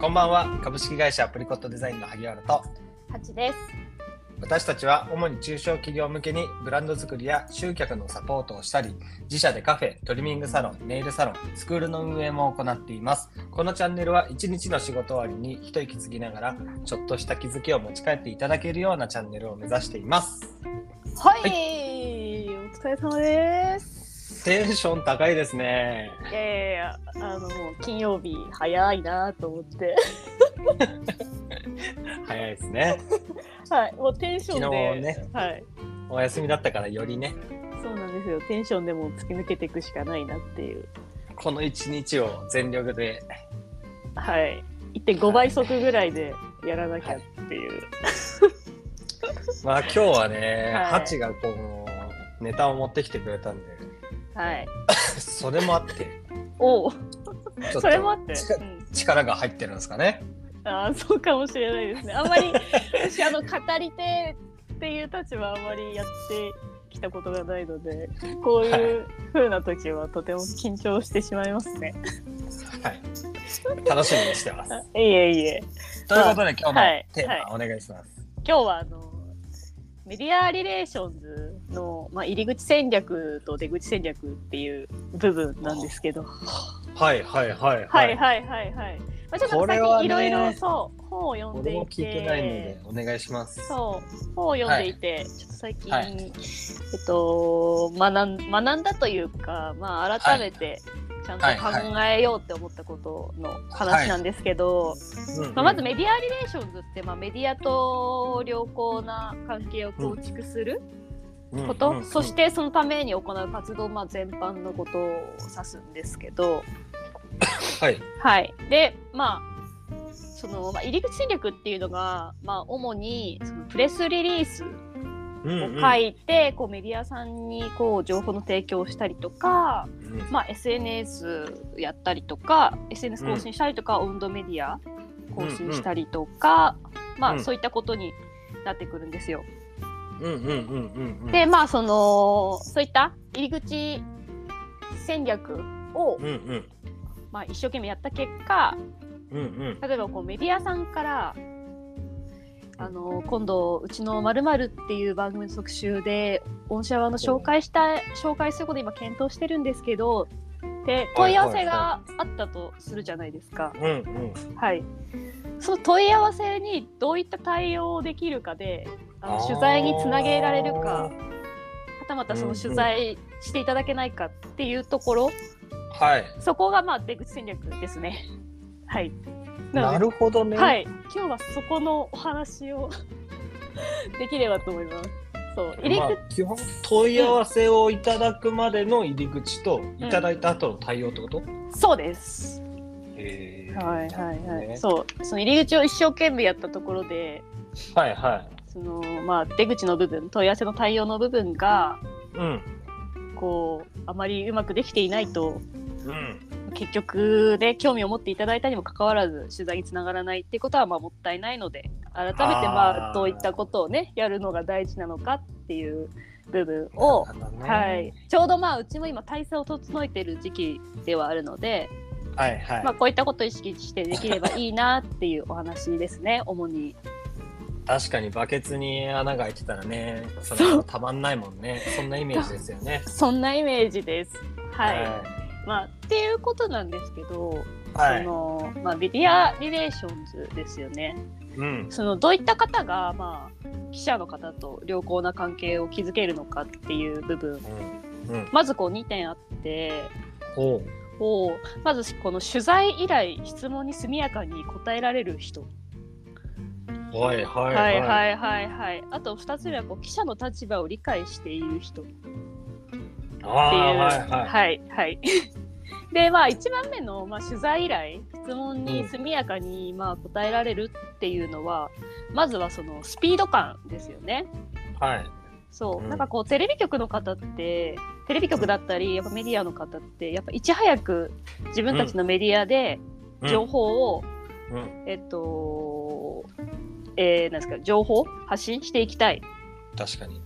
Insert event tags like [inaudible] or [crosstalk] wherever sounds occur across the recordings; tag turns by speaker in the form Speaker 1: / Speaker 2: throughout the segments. Speaker 1: こんばんは株式会社アプリコットデザインの萩原と
Speaker 2: ハチです。
Speaker 1: 私たちは主に中小企業向けにブランド作りや集客のサポートをしたり自社でカフェトリミングサロンネイルサロンスクールの運営も行っていますこのチャンネルは一日の仕事終わりに一息つきながらちょっとした気づきを持ち帰っていただけるようなチャンネルを目指しています
Speaker 2: はい、
Speaker 1: は
Speaker 2: お疲れ様です。
Speaker 1: テンション高いですね
Speaker 2: いやいやいや、あのもう金曜日早いなと思って、 [laughs]
Speaker 1: 早いですね
Speaker 2: はい、もうテンションで、
Speaker 1: 昨日ね
Speaker 2: はい、
Speaker 1: お休みだったからよりね
Speaker 2: そうなんですよ。テンションでもう突き抜けていくしかないなっていう、
Speaker 1: この一日を全力で
Speaker 2: はい、1.5倍速ぐらいでやらなきゃっていう、
Speaker 1: まあ今日はね、
Speaker 2: はい
Speaker 1: ハチがこうネタを持ってきてくれたんで、
Speaker 2: はい、
Speaker 1: それもあって、
Speaker 2: [laughs] おお、
Speaker 1: ちょっと
Speaker 2: それもあって、
Speaker 1: ち
Speaker 2: う
Speaker 1: か
Speaker 2: ん、
Speaker 1: 力が入ってるんですかね。
Speaker 2: あーそうかもしれないですね。あんまり私あの語り手っていう立場はあんまりやってきたことがないので、こういう風な時はとても緊張してしまいますね。 [laughs]
Speaker 1: はい。楽しみにしてます。
Speaker 2: いえいえ。
Speaker 1: ということで今日
Speaker 2: は
Speaker 1: の
Speaker 2: い
Speaker 1: テーマお願いします。
Speaker 2: 今日はあのメディアリレーションズの、まあ、入り口戦略と出口戦略っていう部分なんですけど、
Speaker 1: はいはいはい
Speaker 2: はいはいはいはい。まあ、ちょっと
Speaker 1: これ
Speaker 2: 最
Speaker 1: は
Speaker 2: 近
Speaker 1: ね
Speaker 2: いろいろそう本を読ん
Speaker 1: 俺
Speaker 2: で
Speaker 1: も
Speaker 2: い
Speaker 1: 聞いてないのでお願いします。
Speaker 2: そう本を読んでいて、ちょっと最近、
Speaker 1: はい
Speaker 2: えっと学ん学んだというか、まあ、改めてちゃんと
Speaker 1: はいはい
Speaker 2: 考えようって思ったことの話なんですけど、
Speaker 1: うんうん
Speaker 2: まあ、まずメディアリレーションズって、まあ、メディアと良好な関係を構築すること、
Speaker 1: うんうんうん
Speaker 2: そしてそのために行う活動、まあ、全般のことを指すんですけど、
Speaker 1: はい
Speaker 2: はい、でまあその、まあ、入り口戦略っていうのが、まあ、主にそのプレスリリース
Speaker 1: うんうん
Speaker 2: を書いて、こうメディアさんにこう情報の提供をしたりとか、
Speaker 1: うん
Speaker 2: まあ、SNS やったりとか SNS 更新したりとか、オウンドメディア更新したりとか、ま
Speaker 1: う
Speaker 2: あ、
Speaker 1: ん
Speaker 2: そういったことになってくるんですよ。
Speaker 1: うんうんうんうんうん
Speaker 2: でまあそのそういった入り口戦略を
Speaker 1: う、んうん
Speaker 2: まあ、一生懸命やった結果
Speaker 1: うんうん
Speaker 2: 例えばこうメディアさんからあの今度うちのまるっていう番組の特集で御社はあの紹介した紹介すること今検討してるんですけどで問い合わせがあったとするじゃないですか。
Speaker 1: うんうん
Speaker 2: はい、その問い合わせにどういった対応をできるかであの取材につなげられるかはたまたその取材していただけないかっていうところ、
Speaker 1: はい
Speaker 2: そこがまあ出口戦略ですね。はい、なので
Speaker 1: なるほどね
Speaker 2: はい、今日はそこのお話を [laughs] できればと思います。そう、入り
Speaker 1: まあ
Speaker 2: 口、、
Speaker 1: 基本問い合わせをいただくまでの入り口と、いただいた後の対応ってこと、
Speaker 2: そうです。
Speaker 1: へー
Speaker 2: はいはいはい、
Speaker 1: ね
Speaker 2: そう、その入り口を一生懸命やったところで、
Speaker 1: はいは
Speaker 2: そのまあ出口の部分、問い合わせの対応の部分が
Speaker 1: いうん
Speaker 2: こうあまりうまくできていないと。
Speaker 1: うん
Speaker 2: 結局ね、興味を持っていただいたにもかかわらず取材につながらないってことはまあもったいないので改めて
Speaker 1: あ
Speaker 2: ま
Speaker 1: ー
Speaker 2: あどういったことをねやるのが大事なのかっていう部分を
Speaker 1: なるほどね
Speaker 2: はい、ちょうどまあうちも今体制を整えてる時期ではあるので、
Speaker 1: はいはい、
Speaker 2: まあ、こういったことを意識してできればいいなっていうお話ですね主に
Speaker 1: 確かにバケツに穴が開いてたらねそれ
Speaker 2: そう
Speaker 1: はたまんないもんね
Speaker 2: [laughs]
Speaker 1: そんなイメージですよね
Speaker 2: そんなイメージです。はい
Speaker 1: は
Speaker 2: まあ、っていうことなんですけど、
Speaker 1: い、はい
Speaker 2: そのまあ、メディアリレーションズですよね
Speaker 1: うん
Speaker 2: そのどういった方が、まあ、記者の方と良好な関係を築けるのかっていう部分
Speaker 1: うんうん
Speaker 2: まずこう2点あって
Speaker 1: おう
Speaker 2: をまずこの取材以来質問に速やかに答えられる人
Speaker 1: はいはい
Speaker 2: はい
Speaker 1: い
Speaker 2: はいはいはい。あと二つ目はこう記者の立場を理解している人っていう。
Speaker 1: あーはいはい
Speaker 2: はいはい。 [laughs] でまあ一番目のまあ取材以来質問に速やかにまあ答えられるっていうのは、まずはそのスピード感ですよね。
Speaker 1: はい
Speaker 2: そう、
Speaker 1: うん
Speaker 2: なんかこうテレビ局の方ってテレビ局だったりやっぱメディアの方ってやっぱいち早く自分たちのメディアで
Speaker 1: うん
Speaker 2: 情報を、
Speaker 1: うん
Speaker 2: えっとえー、なんですか情報発信していきたい
Speaker 1: 確かに
Speaker 2: っ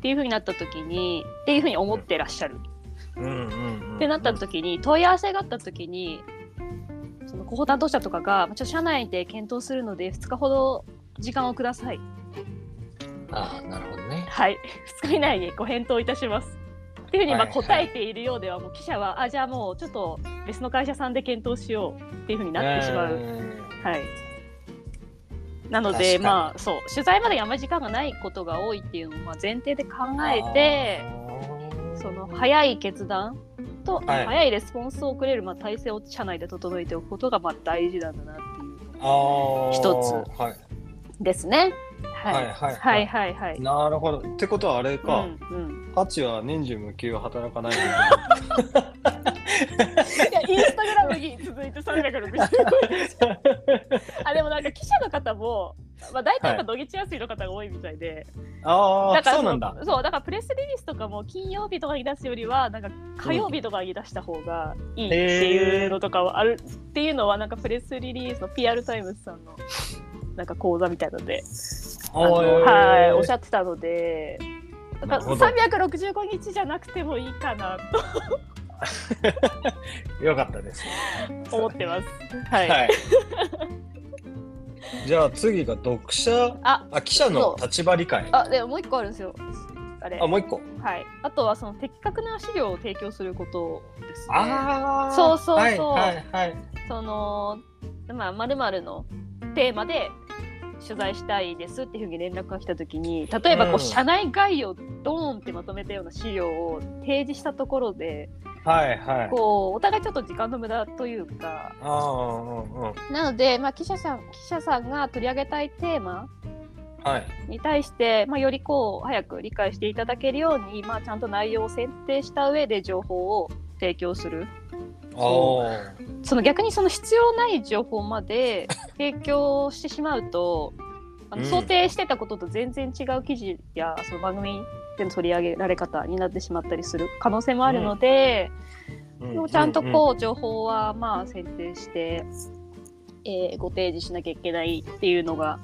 Speaker 2: ていう風になった時にっていう風に思ってらっしゃる、
Speaker 1: うんうんうん
Speaker 2: ってなった時に問い合わせがあった時にその広報担当者とかが、まあちょっと社内で検討するので、2日ほど時間をください。
Speaker 1: ああ、なるほどね。
Speaker 2: はい、2日以内にご返答いたします。っていうふうにま
Speaker 1: は
Speaker 2: あ
Speaker 1: いはい
Speaker 2: 答えているようでは、もう記者は、あ、じゃあもうちょっと別の会社さんで検討しようっていうふうになってしまう。
Speaker 1: う。
Speaker 2: はい。なの
Speaker 1: 確か
Speaker 2: で、
Speaker 1: に
Speaker 2: まあ、そう、取材までにあんまり時間がないことが多いっていうのをまあ前提で考えて、その早い決断と、
Speaker 1: はい
Speaker 2: 早いレスポンスをくれる、まあ、体制を社内で整えておくことがまあ大事なんだなっていう
Speaker 1: あー
Speaker 2: 一つ
Speaker 1: はい。
Speaker 2: ですね。は
Speaker 1: はいいはい
Speaker 2: はいはいはい。
Speaker 1: なるほど。ってことはあれ
Speaker 2: う
Speaker 1: か、
Speaker 2: んうん、
Speaker 1: 価値は年中無休は働かない
Speaker 2: [laughs]
Speaker 1: の
Speaker 2: いやインスタグラムに続いて365あでもなんか記者の方も、まあ、大体やっぱ土日休みの方が多いみたいで、
Speaker 1: ああ、
Speaker 2: から
Speaker 1: そうなんだ。
Speaker 2: そうだからプレスリリースとかも金曜日とかに出すよりはなんか火曜日とかに出した方がいいっていうのとかはある、っていうのはなんかプレスリリースの PR タイムズさんのなんか講座みたいなのであのはいおっし
Speaker 1: ゃ
Speaker 2: ゃってたので。だ
Speaker 1: な
Speaker 2: か
Speaker 1: るほ
Speaker 2: ら
Speaker 1: ど
Speaker 2: 365日じゃなくてもいいかな
Speaker 1: よかったです。
Speaker 2: と思っ
Speaker 1: [laughs]
Speaker 2: てます。はい。
Speaker 1: はい。じゃあ次が読者、
Speaker 2: あ、
Speaker 1: あ記者の立場理解。
Speaker 2: あ、でももう一個あるんですよ。あれ。
Speaker 1: あ、もう一個。
Speaker 2: はい、あとはその的確な資料を提供することですね。
Speaker 1: ああ。
Speaker 2: そうそうそう
Speaker 1: はいはいはい。
Speaker 2: そのまあまるまるのテーマで取材したいですっていうふうに連絡が来た時に例えばこう、
Speaker 1: うん
Speaker 2: 社内概要をドーンってまとめたような資料を提示したところで
Speaker 1: はいはい。
Speaker 2: こうお互いちょっと時間の無駄というか
Speaker 1: ああ、うんうんうん。
Speaker 2: なので、まあ、記者さん記者さんが取り上げたいテーマ
Speaker 1: はい。
Speaker 2: に対して、まあ、よりこう早く理解していただけるように、まあ、ちゃんと内容を選定した上で情報を提供する
Speaker 1: ああ。
Speaker 2: その逆にその必要ない情報
Speaker 1: [laughs]
Speaker 2: まで提供してしまうとあの
Speaker 1: うん
Speaker 2: 想定してたことと全然違う記事やその番組での取り上げられ方になってしまったりする可能性もあるので、
Speaker 1: うん
Speaker 2: でもちゃんとこう、情報はまあ選定して、えーご提示しなきゃいけないっていうのが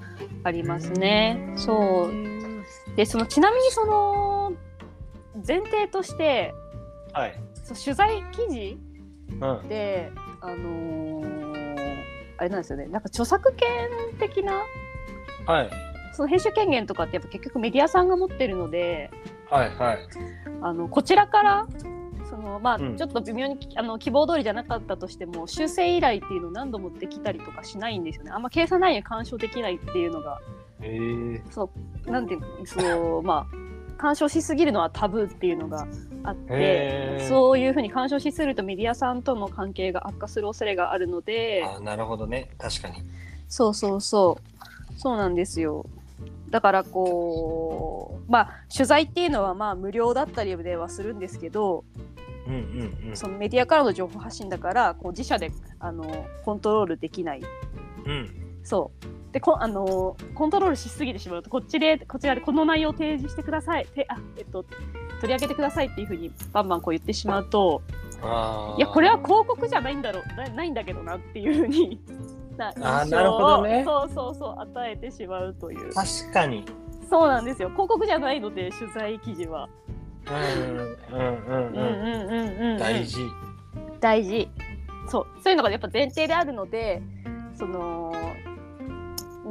Speaker 2: ありますね。そうでそのちなみにその前提として
Speaker 1: うんうん。はい。
Speaker 2: その取材記事
Speaker 1: うん。
Speaker 2: であのーあれなんですよねなんか著作権的な
Speaker 1: はい。
Speaker 2: その編集権限とかってやっぱ結局メディアさんが持ってるので
Speaker 1: はいはい。
Speaker 2: あのこちらからそのまあ、
Speaker 1: うん
Speaker 2: ちょっと微妙にあの希望通りじゃなかったとしても修正依頼っていうのを何度もできたりとかしないんですよねあんま計算内容に干渉できないっていうのが
Speaker 1: ええ。
Speaker 2: なんていうのそのまあ干渉しすぎるのはタブーっていうのがあって。
Speaker 1: へー
Speaker 2: そういうふうに干渉しするとメディアさんとの関係が悪化する恐れがあるので
Speaker 1: あなるほどね確かに
Speaker 2: そうそうそう。そうなんですよ。だからこうまあ取材っていうのはまあ無料だったりではするんですけど
Speaker 1: うんうんうん
Speaker 2: そのメディアからの情報発信だからこう自社であのコントロールできない
Speaker 1: うん
Speaker 2: そうでこあのコントロールしすぎてしまうとこっちでこちらでこの内容を提示してくださいてあ、えっと、取り上げてくださいっていうふうにバンバンこう言ってしまうと
Speaker 1: あー
Speaker 2: いやこれは広告じゃないんだろうなないんだけどなっていうふうに [laughs] な
Speaker 1: あー
Speaker 2: 印
Speaker 1: なる
Speaker 2: 象
Speaker 1: ほ
Speaker 2: を、
Speaker 1: どね
Speaker 2: そうそうそう与えてしまうという
Speaker 1: 確かに
Speaker 2: そうなんですよ広告じゃないので取材記事は、
Speaker 1: うんうんう
Speaker 2: うん
Speaker 1: うん
Speaker 2: んうんう
Speaker 1: うん
Speaker 2: ん
Speaker 1: 大事
Speaker 2: 大事そうそういうのがやっぱ前提であるのでその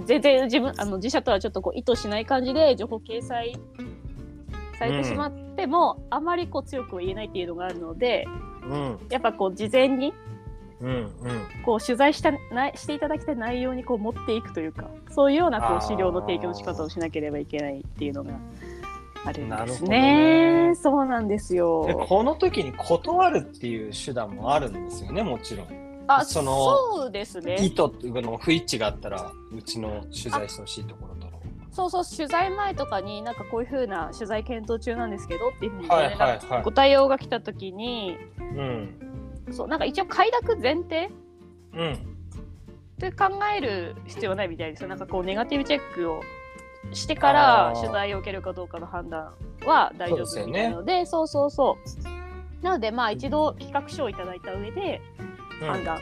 Speaker 2: 全然自分あの自社とはちょっとこう意図しない感じで情報掲載されてしまっても、あまりこう強くは言えないっていうのがあるので
Speaker 1: うん
Speaker 2: やっぱこう事前に
Speaker 1: うんうん
Speaker 2: こう取材したないしていただきたい内容にこう持っていくというかそういうようなこ
Speaker 1: あ
Speaker 2: う
Speaker 1: ー
Speaker 2: 資料の提供の仕方をしなければいけないっていうのがあるん
Speaker 1: な
Speaker 2: で
Speaker 1: る
Speaker 2: す
Speaker 1: ほどね
Speaker 2: ね。そうなんです
Speaker 1: で
Speaker 2: よ。
Speaker 1: この時に断るっていう手段もあるんですよねもちろん
Speaker 2: あ
Speaker 1: そ
Speaker 2: そ
Speaker 1: の
Speaker 2: うです
Speaker 1: 意
Speaker 2: ね
Speaker 1: 図っていうの不一致があったらうちの取材してほしいところとの
Speaker 2: そうそう取材前とかになんかこういうふうな取材検討中なんですけどっていうふうに、
Speaker 1: はいはいはい
Speaker 2: ご対応が来た時に
Speaker 1: うん
Speaker 2: そうなんか一応快諾前提
Speaker 1: うん
Speaker 2: って考える必要はないみたいですよなんかこうネガティブチェックをしてから
Speaker 1: あー
Speaker 2: 取材を受けるかどうかの判断は大
Speaker 1: そうで
Speaker 2: 丈
Speaker 1: すよね
Speaker 2: 夫みたいなのでそうそうそうなのでまあ一度企画書をいただいた上で
Speaker 1: うん
Speaker 2: 判断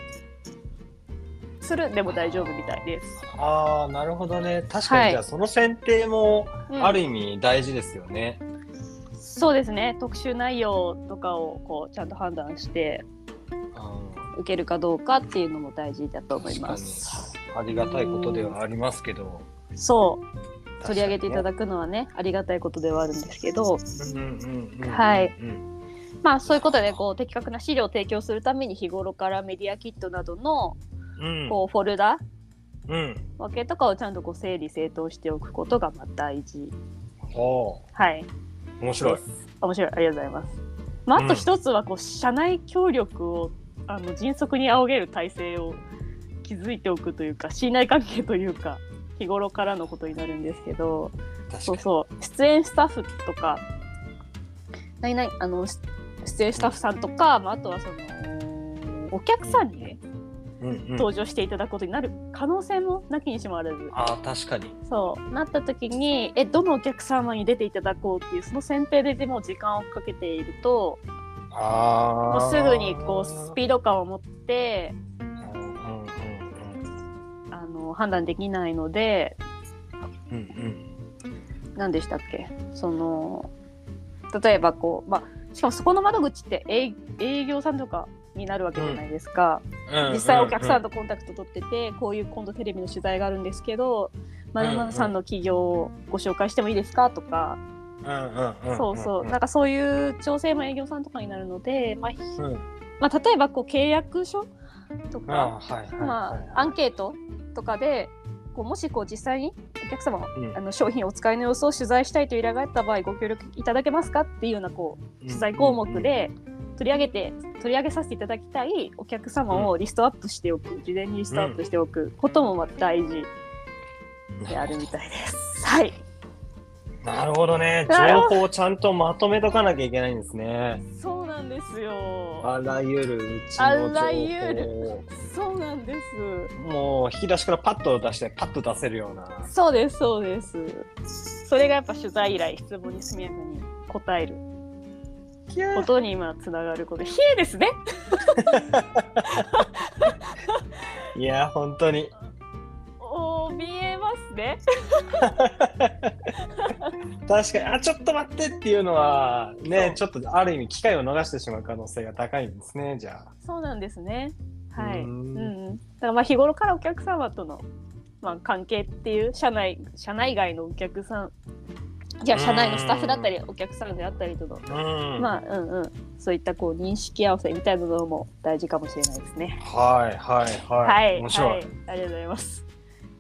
Speaker 2: するでも大丈夫みたいです、
Speaker 1: ああなるほどね確か
Speaker 2: は
Speaker 1: に
Speaker 2: い
Speaker 1: じゃあその選定も
Speaker 2: うん
Speaker 1: ある意味大事ですよね
Speaker 2: そうですね特集内容とかをこうちゃんと判断して
Speaker 1: うん
Speaker 2: 受けるかどうかっていうのも大事だと思い
Speaker 1: 確か
Speaker 2: ま
Speaker 1: に
Speaker 2: す。
Speaker 1: ありがたいことではありますけど、
Speaker 2: そう取り上げていた
Speaker 1: だ
Speaker 2: だくのはねありがたいことではあるんですけど、
Speaker 1: く、うんうんうんうん
Speaker 2: はい
Speaker 1: うん
Speaker 2: まあ、そういうことでこう的確な資料を提供するために日頃からメディアキットなどの
Speaker 1: うん
Speaker 2: こうフォルダ
Speaker 1: うん、
Speaker 2: 分けとかをちゃんとこう整理整頓しておくことがまあ大事、
Speaker 1: おー
Speaker 2: はい、
Speaker 1: 面白
Speaker 2: で
Speaker 1: い
Speaker 2: す。面白いありがとうございます。まあ、あ
Speaker 1: う
Speaker 2: と
Speaker 1: ん
Speaker 2: 一つはこう社内協力をあの迅速に仰げる体制を築いておくというか信頼関係というか日頃からのことになるんですけど。
Speaker 1: 確か
Speaker 2: そう
Speaker 1: に
Speaker 2: そう出演スタッフとかないないあのし出演スタッフさんとか、まあ、あとはそのお客さんにね、
Speaker 1: うんうん、
Speaker 2: 登場していただくことになる可能性もなきにしもあらず
Speaker 1: あー確かに
Speaker 2: そうなった時にえどのお客様に出ていただこうっていうその選定ででも時間をかけていると
Speaker 1: あ
Speaker 2: もうすぐにこうスピード感を持って
Speaker 1: ーうんうん
Speaker 2: あの判断できないので
Speaker 1: うんうん
Speaker 2: 何でしたっけその例えばこう、まあ、しかもそこの窓口って営営業さんとかになるわけじゃないですか、
Speaker 1: うんうん
Speaker 2: 実際お客さんとコンタクト取ってて、こういう今度テレビの取材があるんですけどまるまるさんの企業をご紹介してもいいですかとか、そうそうなんかそういう調整も営業さんとかになるので、まあひ
Speaker 1: うんうんうんうんうん
Speaker 2: まあ、例えばこう契約書と
Speaker 1: あ
Speaker 2: か、
Speaker 1: ーはいはいはい
Speaker 2: まあ、アンケートとかでこうもしこう実際にお客様
Speaker 1: うん
Speaker 2: あの商品お使いの様子を取材したいという依頼があった場合ご協力いただけますかっていうようなこう取材項目で取り上げて取り上げさせていただきたいお客様をリストアップしておく事前にリストアップしておくこともまあ大事であるみたいです。はい、
Speaker 1: なるほど
Speaker 2: [laughs]
Speaker 1: ね
Speaker 2: なる
Speaker 1: 情
Speaker 2: ほ
Speaker 1: 報をちゃんとまとめとかなきゃいけないんですね
Speaker 2: そうなんですよ。
Speaker 1: あらゆるうち
Speaker 2: あ
Speaker 1: の情
Speaker 2: らゆる
Speaker 1: 報を
Speaker 2: そうなんです。
Speaker 1: もう引き出しからパッと出してパッと出せるような
Speaker 2: そうですそうです。それがやっぱ取材依頼質問に速やかに答えることに今つながること。冷えですね。
Speaker 1: いや本当に
Speaker 2: お見えますね。
Speaker 1: 確かにあちょっと待ってっていうのは
Speaker 2: そ
Speaker 1: ね
Speaker 2: う
Speaker 1: ちょっとある意味機会を逃してしまう可能性が高いんですねじゃあ
Speaker 2: そうなんですね。は
Speaker 1: う
Speaker 2: い。
Speaker 1: ー
Speaker 2: うんん、うん。だからまあ日頃からお客様とのまあ関係っていう社内社内外のお客さん、じゃあ社内のスタッフだったりお客さんであったりとの
Speaker 1: うん
Speaker 2: まあうんうんそういったこう認識合わせみたいなのも大事かもしれないですね。
Speaker 1: はいはい
Speaker 2: は
Speaker 1: はい
Speaker 2: い。
Speaker 1: 面白
Speaker 2: はいい。ありがとうございます。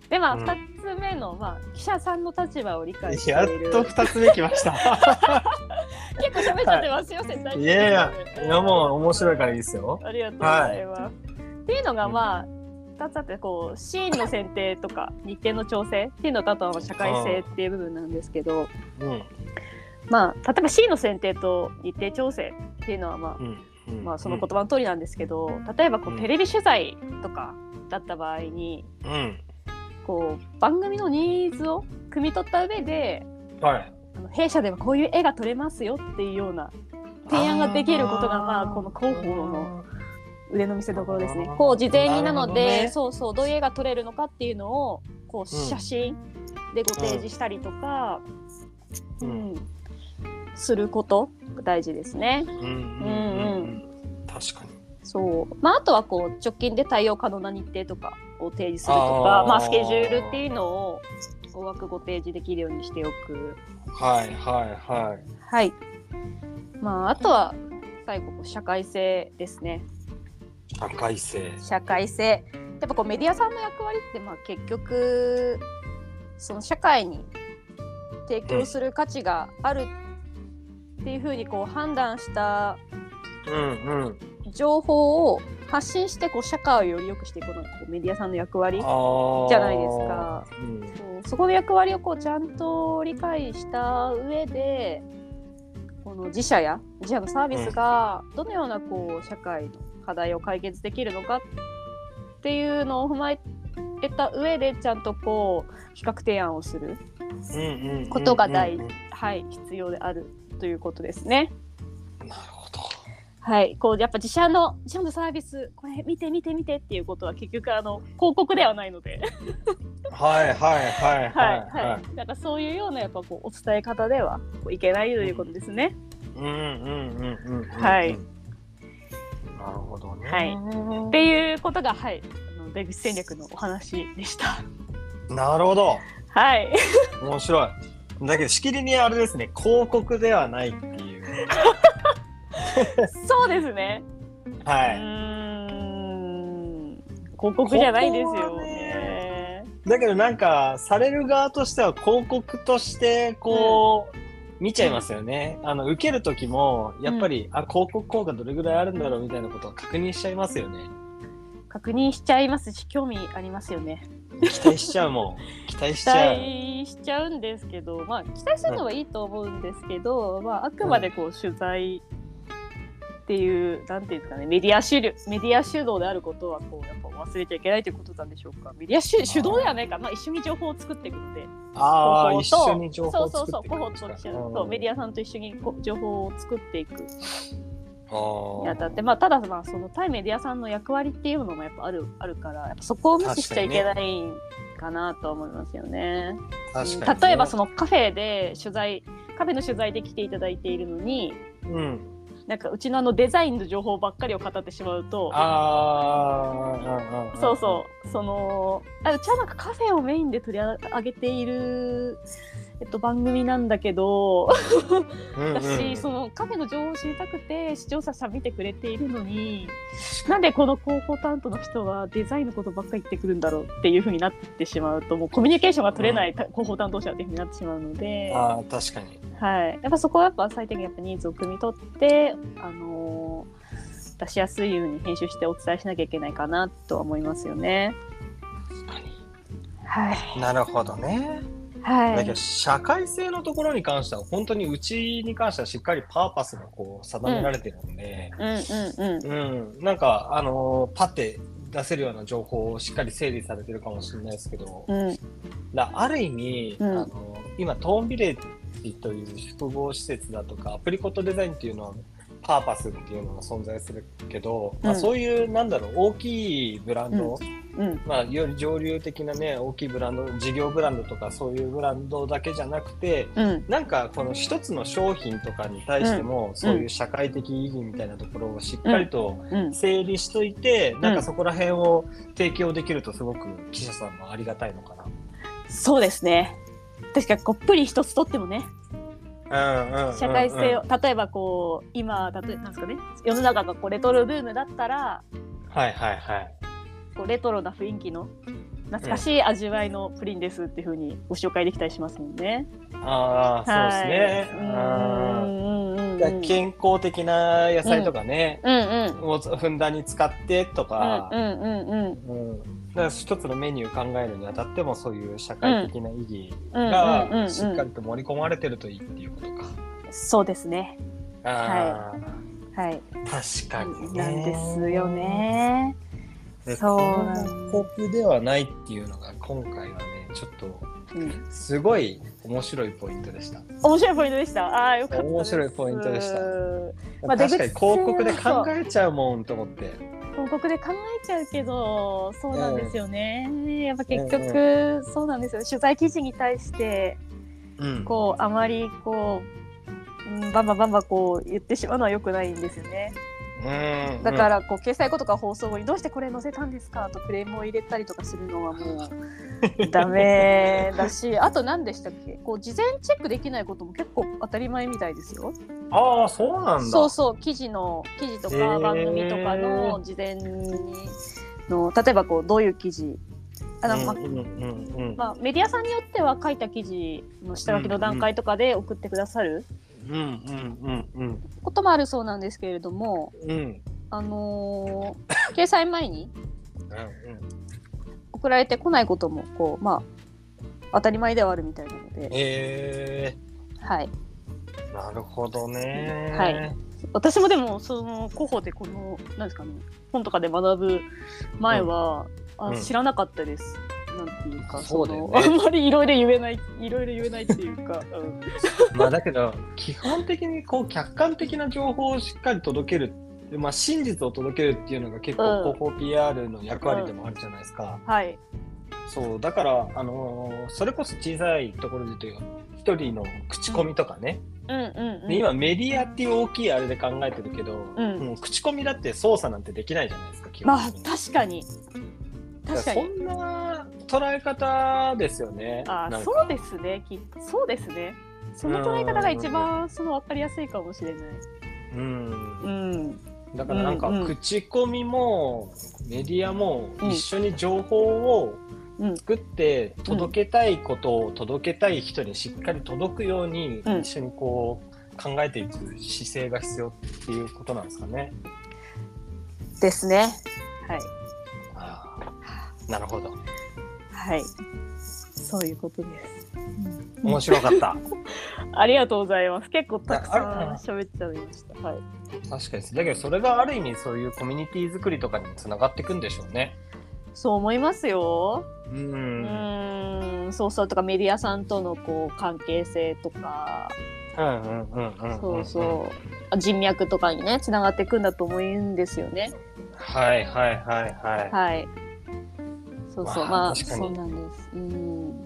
Speaker 2: でまあ
Speaker 1: うん
Speaker 2: 二つ目のまあ記者さんの立場を理解してい
Speaker 1: やっ
Speaker 2: る。
Speaker 1: と
Speaker 2: 結
Speaker 1: 2つ目きました
Speaker 2: 構喋っちゃってますよ先
Speaker 1: [laughs]
Speaker 2: 生。
Speaker 1: いやいやいやもう面白いからいいですよ
Speaker 2: ありがとうございます。っていうのがまあ2つあってこうシーンの選定とか日程の調整っていうのとあとは社会性っていう部分なんですけど
Speaker 1: うん
Speaker 2: まあ例えばシーンの選定と日程調整っていうのはま
Speaker 1: うんう
Speaker 2: あ、
Speaker 1: ん
Speaker 2: まあ、その言葉の通りなんですけど例えばこ
Speaker 1: うん
Speaker 2: うテレビ取材とかだった場合に
Speaker 1: うん
Speaker 2: こう番組のニーズを汲み取った上で
Speaker 1: はい
Speaker 2: あの弊社ではこういう絵が撮れますよっていうような提案ができることがまあこの広報の腕の見せ所ですね
Speaker 1: あー。
Speaker 2: こう事前になの
Speaker 1: なるほど
Speaker 2: で
Speaker 1: ね
Speaker 2: そうそうどういう絵が撮れるのかっていうのをこ
Speaker 1: う
Speaker 2: う
Speaker 1: ん
Speaker 2: 写真でご提示したりとか、
Speaker 1: う
Speaker 2: うんんすることが大事ですね。
Speaker 1: うんうんうんうん確かに
Speaker 2: そうまあ、あとはこう直近で対応可能な日程とかを提示するとか
Speaker 1: あー
Speaker 2: まあ、スケジュールっていうのを大枠ご提示できるようにしておく。
Speaker 1: はいはいはい
Speaker 2: はいまあ、あとは最後こう社会性ですね。
Speaker 1: 社会性
Speaker 2: 社会性やっぱこうメディアさんの役割ってまあ結局その社会に提供する価値があるっていうふうにこう判断した
Speaker 1: うんうん
Speaker 2: 情報を発信してこう社会をより良くしていくのがこうメディアさんの役割
Speaker 1: ああ
Speaker 2: じゃないですか。
Speaker 1: うん
Speaker 2: そうそこの役割をこうちゃんと理解した上でこの自社や自社のサービスがどのようなこう社会の課題を解決できるのかっていうのを踏まえた上でちゃんとこう企画提案をする、
Speaker 1: うんうんうんうん
Speaker 2: ことが大事はい、必要であるということですね。
Speaker 1: なるほど
Speaker 2: はい、こうやっぱ自社の自社のサービスこれ見て見て見てっていうことは結局あの広告ではないので
Speaker 1: はいはいはい
Speaker 2: はい
Speaker 1: はいは
Speaker 2: はいい、なんかそういうようなやっぱこうお伝え方ではこういけないということですね。
Speaker 1: うんうんうんうんうんうん
Speaker 2: はい
Speaker 1: なるほどね。
Speaker 2: はいっていうことがはいあの出口戦略のお話でした
Speaker 1: なるほど。
Speaker 2: はい
Speaker 1: 面白い。だけど、しきりにあれですね、広告ではないっていう。
Speaker 2: そうですねう
Speaker 1: はい。
Speaker 2: ーん広告じゃないです
Speaker 1: ここ
Speaker 2: よ
Speaker 1: はね
Speaker 2: ね
Speaker 1: だけど、なんか、される側としては広告として、こう、見ちゃいますよね。あの、受ける時も、やっぱり、あ、広告効果どれぐらいあるんだろうみたいなことを確認しちゃいます
Speaker 2: [laughs]
Speaker 1: よね。
Speaker 2: 確認しちゃいますし興味ありますよね
Speaker 1: 期待しちゃうもん。期待し
Speaker 2: 期
Speaker 1: ちゃう。
Speaker 2: 待しちゃうんですけどまあ期待するのはいいと思うんですけど、まああくまでこう取材っていうなんていうんですかねメディア主流メディア主導であることはこうやっぱ忘れちゃいけないということなんでしょうかメディア主主導ではないかまあ一緒に情報を作っていくので
Speaker 1: ああ、
Speaker 2: 広報と
Speaker 1: 一緒に情報
Speaker 2: そう
Speaker 1: を
Speaker 2: そう
Speaker 1: 作
Speaker 2: そ
Speaker 1: っ
Speaker 2: う
Speaker 1: て
Speaker 2: 広報と一緒にそうメディアさんと一緒にこう情報を作っていく
Speaker 1: ア
Speaker 2: にあたって、まあ、ただまあその対メディアさんの役割っていうのもやっぱあるあるからやっぱそこを無視しちゃいけないかなとは思いますよね。うん例えばそ
Speaker 1: の、
Speaker 2: のカフェで取材カフェの取材で来ていただいているのに
Speaker 1: うん、
Speaker 2: なんかうちのあのデザインの情報ばっかりを語ってしまうと
Speaker 1: ああ、
Speaker 2: そうそうそのあうちはなんかカフェをメインで取り上げている、えっと、番組なんだけど
Speaker 1: うんうん。
Speaker 2: だし、そのカフェの情報を知りたくて視聴者さん見てくれているのになんでこの広報担当の人はデザインのことばっかり言ってくるんだろうっていうふうになってしまうともうコミュニケーションが取れないた広報担当者っていうふうになってしまうので、
Speaker 1: あ
Speaker 2: は
Speaker 1: あ、確かに。
Speaker 2: い、やっぱそこはやっぱ最低限やっぱニーズを汲み取って、あのー出しやすいように編集してお伝えしなきゃいけないかなとは思いますよね。はい、
Speaker 1: なるほどね。
Speaker 2: は
Speaker 1: だけど
Speaker 2: い、
Speaker 1: 社会性のところに関しては本当にうちに関してはしっかりパーパスがこう定められてるんで、
Speaker 2: うんうんうん
Speaker 1: うん、なんかあのーパッて出せるような情報をしっかり整理されてるかもしれないですけど、
Speaker 2: うん
Speaker 1: だある意味、
Speaker 2: うん
Speaker 1: あの今トーンビレッジという複合施設だとかアプリコットデザインっていうのはパーパスっていうのが存在するけど、まあ、
Speaker 2: うん
Speaker 1: そういうなんだろう大きいブランド、
Speaker 2: うん
Speaker 1: まあ、より上流的なね大きいブランド事業ブランドとかそういうブランドだけじゃなくて
Speaker 2: うん
Speaker 1: なんかこの一つの商品とかに対しても、そういう社会的意義みたいなところをしっかりと
Speaker 2: うん
Speaker 1: 整理しといて、なん
Speaker 2: う
Speaker 1: か
Speaker 2: ん
Speaker 1: そこら辺を提供できるとすごく記者さんもありがたいのかな
Speaker 2: そうですね。確かにこっぷり一つとってもね、社
Speaker 1: 社
Speaker 2: 会性を、例えばこう、今、例えなんですかね、世の中がこうレトロブームだったら、
Speaker 1: はいはいはい
Speaker 2: こうレトロな雰囲気の懐かしい味わいのプリンですっていうふうにご紹介できたりしますもんね。
Speaker 1: ああそうですね、う
Speaker 2: はい
Speaker 1: ん
Speaker 2: うんうんうんうん
Speaker 1: だから健康的な野菜とかね、
Speaker 2: うんうん
Speaker 1: をふんだんに使ってとか、
Speaker 2: うんうんうん
Speaker 1: うんだから一つのメニュー考えるにあたってもそういう社会的な意義
Speaker 2: うんうんうんう
Speaker 1: が
Speaker 2: ん
Speaker 1: しっかりと盛り込まれてるといいっていうことか。
Speaker 2: そうですね。
Speaker 1: あ
Speaker 2: はい。
Speaker 1: ー確かにね。
Speaker 2: なんですよ。ね。
Speaker 1: で
Speaker 2: そう
Speaker 1: この広告ではないっていうのが今回はねちょっと
Speaker 2: うん、
Speaker 1: すごい面白いポイントでした。
Speaker 2: 面白いポイントでした。ああ、よかったです。
Speaker 1: 面白いポイントでした
Speaker 2: ま
Speaker 1: 確
Speaker 2: あ
Speaker 1: か
Speaker 2: 出
Speaker 1: に
Speaker 2: 口
Speaker 1: 広告で考えちゃうもんと思って。
Speaker 2: 広告で考えちゃうけどそうなんですよね、やっぱ結局、そうなんですよ取材記事に対して
Speaker 1: うん
Speaker 2: こうあまりこううんバンバンバンバンこう言ってしまうのは良くないんですよね
Speaker 1: うん
Speaker 2: だからこう掲載後とか放送後にどうしてこれ載せたんですかとクレームを入れたりとかするのはも [laughs] うダメだしあと何でしたっけこう事前チェックできないことも結構当たり前みたいですよ
Speaker 1: ああそうなんだ。
Speaker 2: そうそう記事の記事と
Speaker 1: へ
Speaker 2: か
Speaker 1: ー
Speaker 2: 番組とかの事前にの例えばこうどういう記事あの、ま
Speaker 1: うんうんうんうん
Speaker 2: まあ、メディアさんによっては書いた記事の下書きの段階とかで送ってくださる
Speaker 1: うんうんうん
Speaker 2: こともあるそうなんですけれども、
Speaker 1: うんうん
Speaker 2: あの
Speaker 1: [laughs]
Speaker 2: ー掲載前に
Speaker 1: うん
Speaker 2: 送られてこないこともこう、まあ、当たり前ではあるみたいなので、
Speaker 1: え
Speaker 2: はい、
Speaker 1: ー、なるほどね。
Speaker 2: はい私もでもその広報でこのなんですかね本とかで学ぶ前は、
Speaker 1: うん
Speaker 2: あ知らなかったです。なんていうか
Speaker 1: そうだよね
Speaker 2: のあんまりいろいろ言えないいろいろ言えないっていうか、うん
Speaker 1: まあだけど基本的にこう客観的な情報をしっかり届ける、まあ真実を届けるっていうのが結
Speaker 2: うん
Speaker 1: 構広報 PR の役割でもあるじゃないですか。
Speaker 2: はい
Speaker 1: そうだからあのーそれこそ小さいところで言うと一人の口コミとかね、
Speaker 2: うんうんうん
Speaker 1: で今メディアっていう大きいあれで考えてるけど、
Speaker 2: うん
Speaker 1: もう口コミだって操作なんてできないじゃないですか基
Speaker 2: ま
Speaker 1: 本
Speaker 2: あ
Speaker 1: 的に
Speaker 2: 確かに確か
Speaker 1: そ
Speaker 2: に
Speaker 1: んな捉え方ですよね
Speaker 2: あ
Speaker 1: なんか
Speaker 2: そうですねきっとそうですねその捉え方が一番その分かりやすいかもしれない
Speaker 1: うん
Speaker 2: うん
Speaker 1: だからなんか
Speaker 2: うんうん
Speaker 1: 口コミもメディアも
Speaker 2: うん
Speaker 1: 一緒に情報を
Speaker 2: うん
Speaker 1: 作って届けたいことを届けたい人にしっかり届くように
Speaker 2: うん
Speaker 1: 一緒にこう考えていく姿勢が必要っていうことなんですかね。
Speaker 2: ですねはい
Speaker 1: あーなるほど
Speaker 2: はいそういうことです
Speaker 1: 面白か
Speaker 2: [laughs]
Speaker 1: った。
Speaker 2: ありがとうございます結構たくさ
Speaker 1: あ
Speaker 2: ん
Speaker 1: あ
Speaker 2: 喋っちゃいましたはい
Speaker 1: 確かにだけどそれがある意味そういうコミュニティ作りとかにもつながっていくんでしょうね。
Speaker 2: そう思いますよ
Speaker 1: う、
Speaker 2: うん
Speaker 1: うん
Speaker 2: ーんそうそうとかメディアさんとのこう関係性とか
Speaker 1: うんうんうんん
Speaker 2: そうそう人脈とかにねつながっていくんだと思うんですよね
Speaker 1: はいはいはいはい。
Speaker 2: はいそうそ
Speaker 1: ま
Speaker 2: う
Speaker 1: あ
Speaker 2: まあ
Speaker 1: 確かに
Speaker 2: そうなんですうん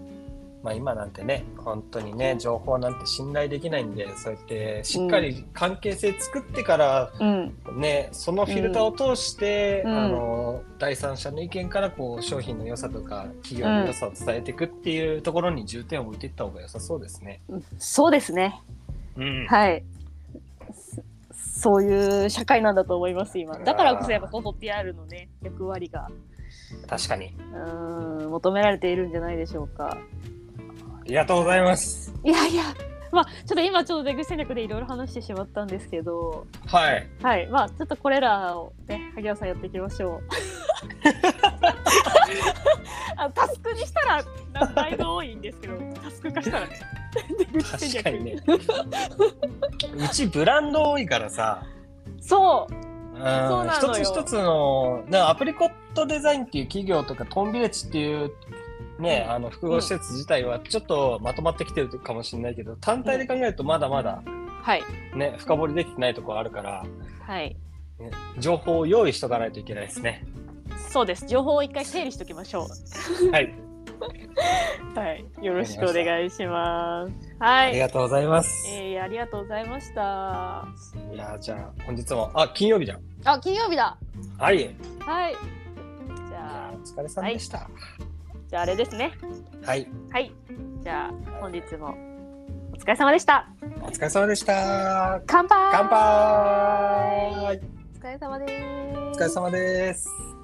Speaker 1: まあ今なんてね、本当にね、情報なんて信頼できないんで、そうやってしっかり関係性作ってから、
Speaker 2: うん、
Speaker 1: ね、そのフィルターを通して、
Speaker 2: うん
Speaker 1: あの、第三者の意見からこう商品の良さとか企業の良さを伝えていくっていうところに重点を置いていった方が良さそうですね。
Speaker 2: そうですね。
Speaker 1: うん。
Speaker 2: はい。そそういう社会なんだと思います今。だからこそやっぱこの PR のね役割が
Speaker 1: 確かに。
Speaker 2: うーん求められているんじゃないでしょうか。
Speaker 1: ありがとうございます。
Speaker 2: いやいや。まあ、ちょっと今ちょっと出口戦略でいろいろ話してしまったんですけど、
Speaker 1: はい。
Speaker 2: はい、まあちょっとこれらをね萩尾さんやっていきま
Speaker 1: [laughs]
Speaker 2: しょう。あタスクにしたらなだいぶ多いんですけど、タスク化したらね。出口戦
Speaker 1: 確
Speaker 2: 略
Speaker 1: かにね。うちブランド多いからさ。
Speaker 2: そう。
Speaker 1: うん
Speaker 2: そうなのよ
Speaker 1: 一つ一つのなアプリコットデザインっていう企業とかトンビレッジっていう、ね
Speaker 2: うん
Speaker 1: あの複合施設自体はちょっとまとまってきてるかもしれないけど単体で考えるとまだまだ、
Speaker 2: はい。
Speaker 1: ね、深掘りできてないところあるから、
Speaker 2: はい。
Speaker 1: ね情報を用意しとかないといけないですね。
Speaker 2: そうです。情報を一回整理しておきましょ
Speaker 1: はい、
Speaker 2: う。はい。よろしくお願いします。は
Speaker 1: あり
Speaker 2: い。
Speaker 1: がとうございます。
Speaker 2: えー、ありがとうございました。あ、
Speaker 1: いやーじゃあ本日もあ金曜日じゃん。
Speaker 2: 金曜日だ。
Speaker 1: はい、い
Speaker 2: はい。じ
Speaker 1: や
Speaker 2: ゃ
Speaker 1: ー
Speaker 2: あ、
Speaker 1: お疲れ様でした。
Speaker 2: じゃああれですね。
Speaker 1: はい、
Speaker 2: はい。じゃあ、本日もお疲れ様でした。
Speaker 1: お疲れ様でした。
Speaker 2: 乾杯
Speaker 1: 乾杯。
Speaker 2: お疲れ様です。
Speaker 1: お疲れ様です。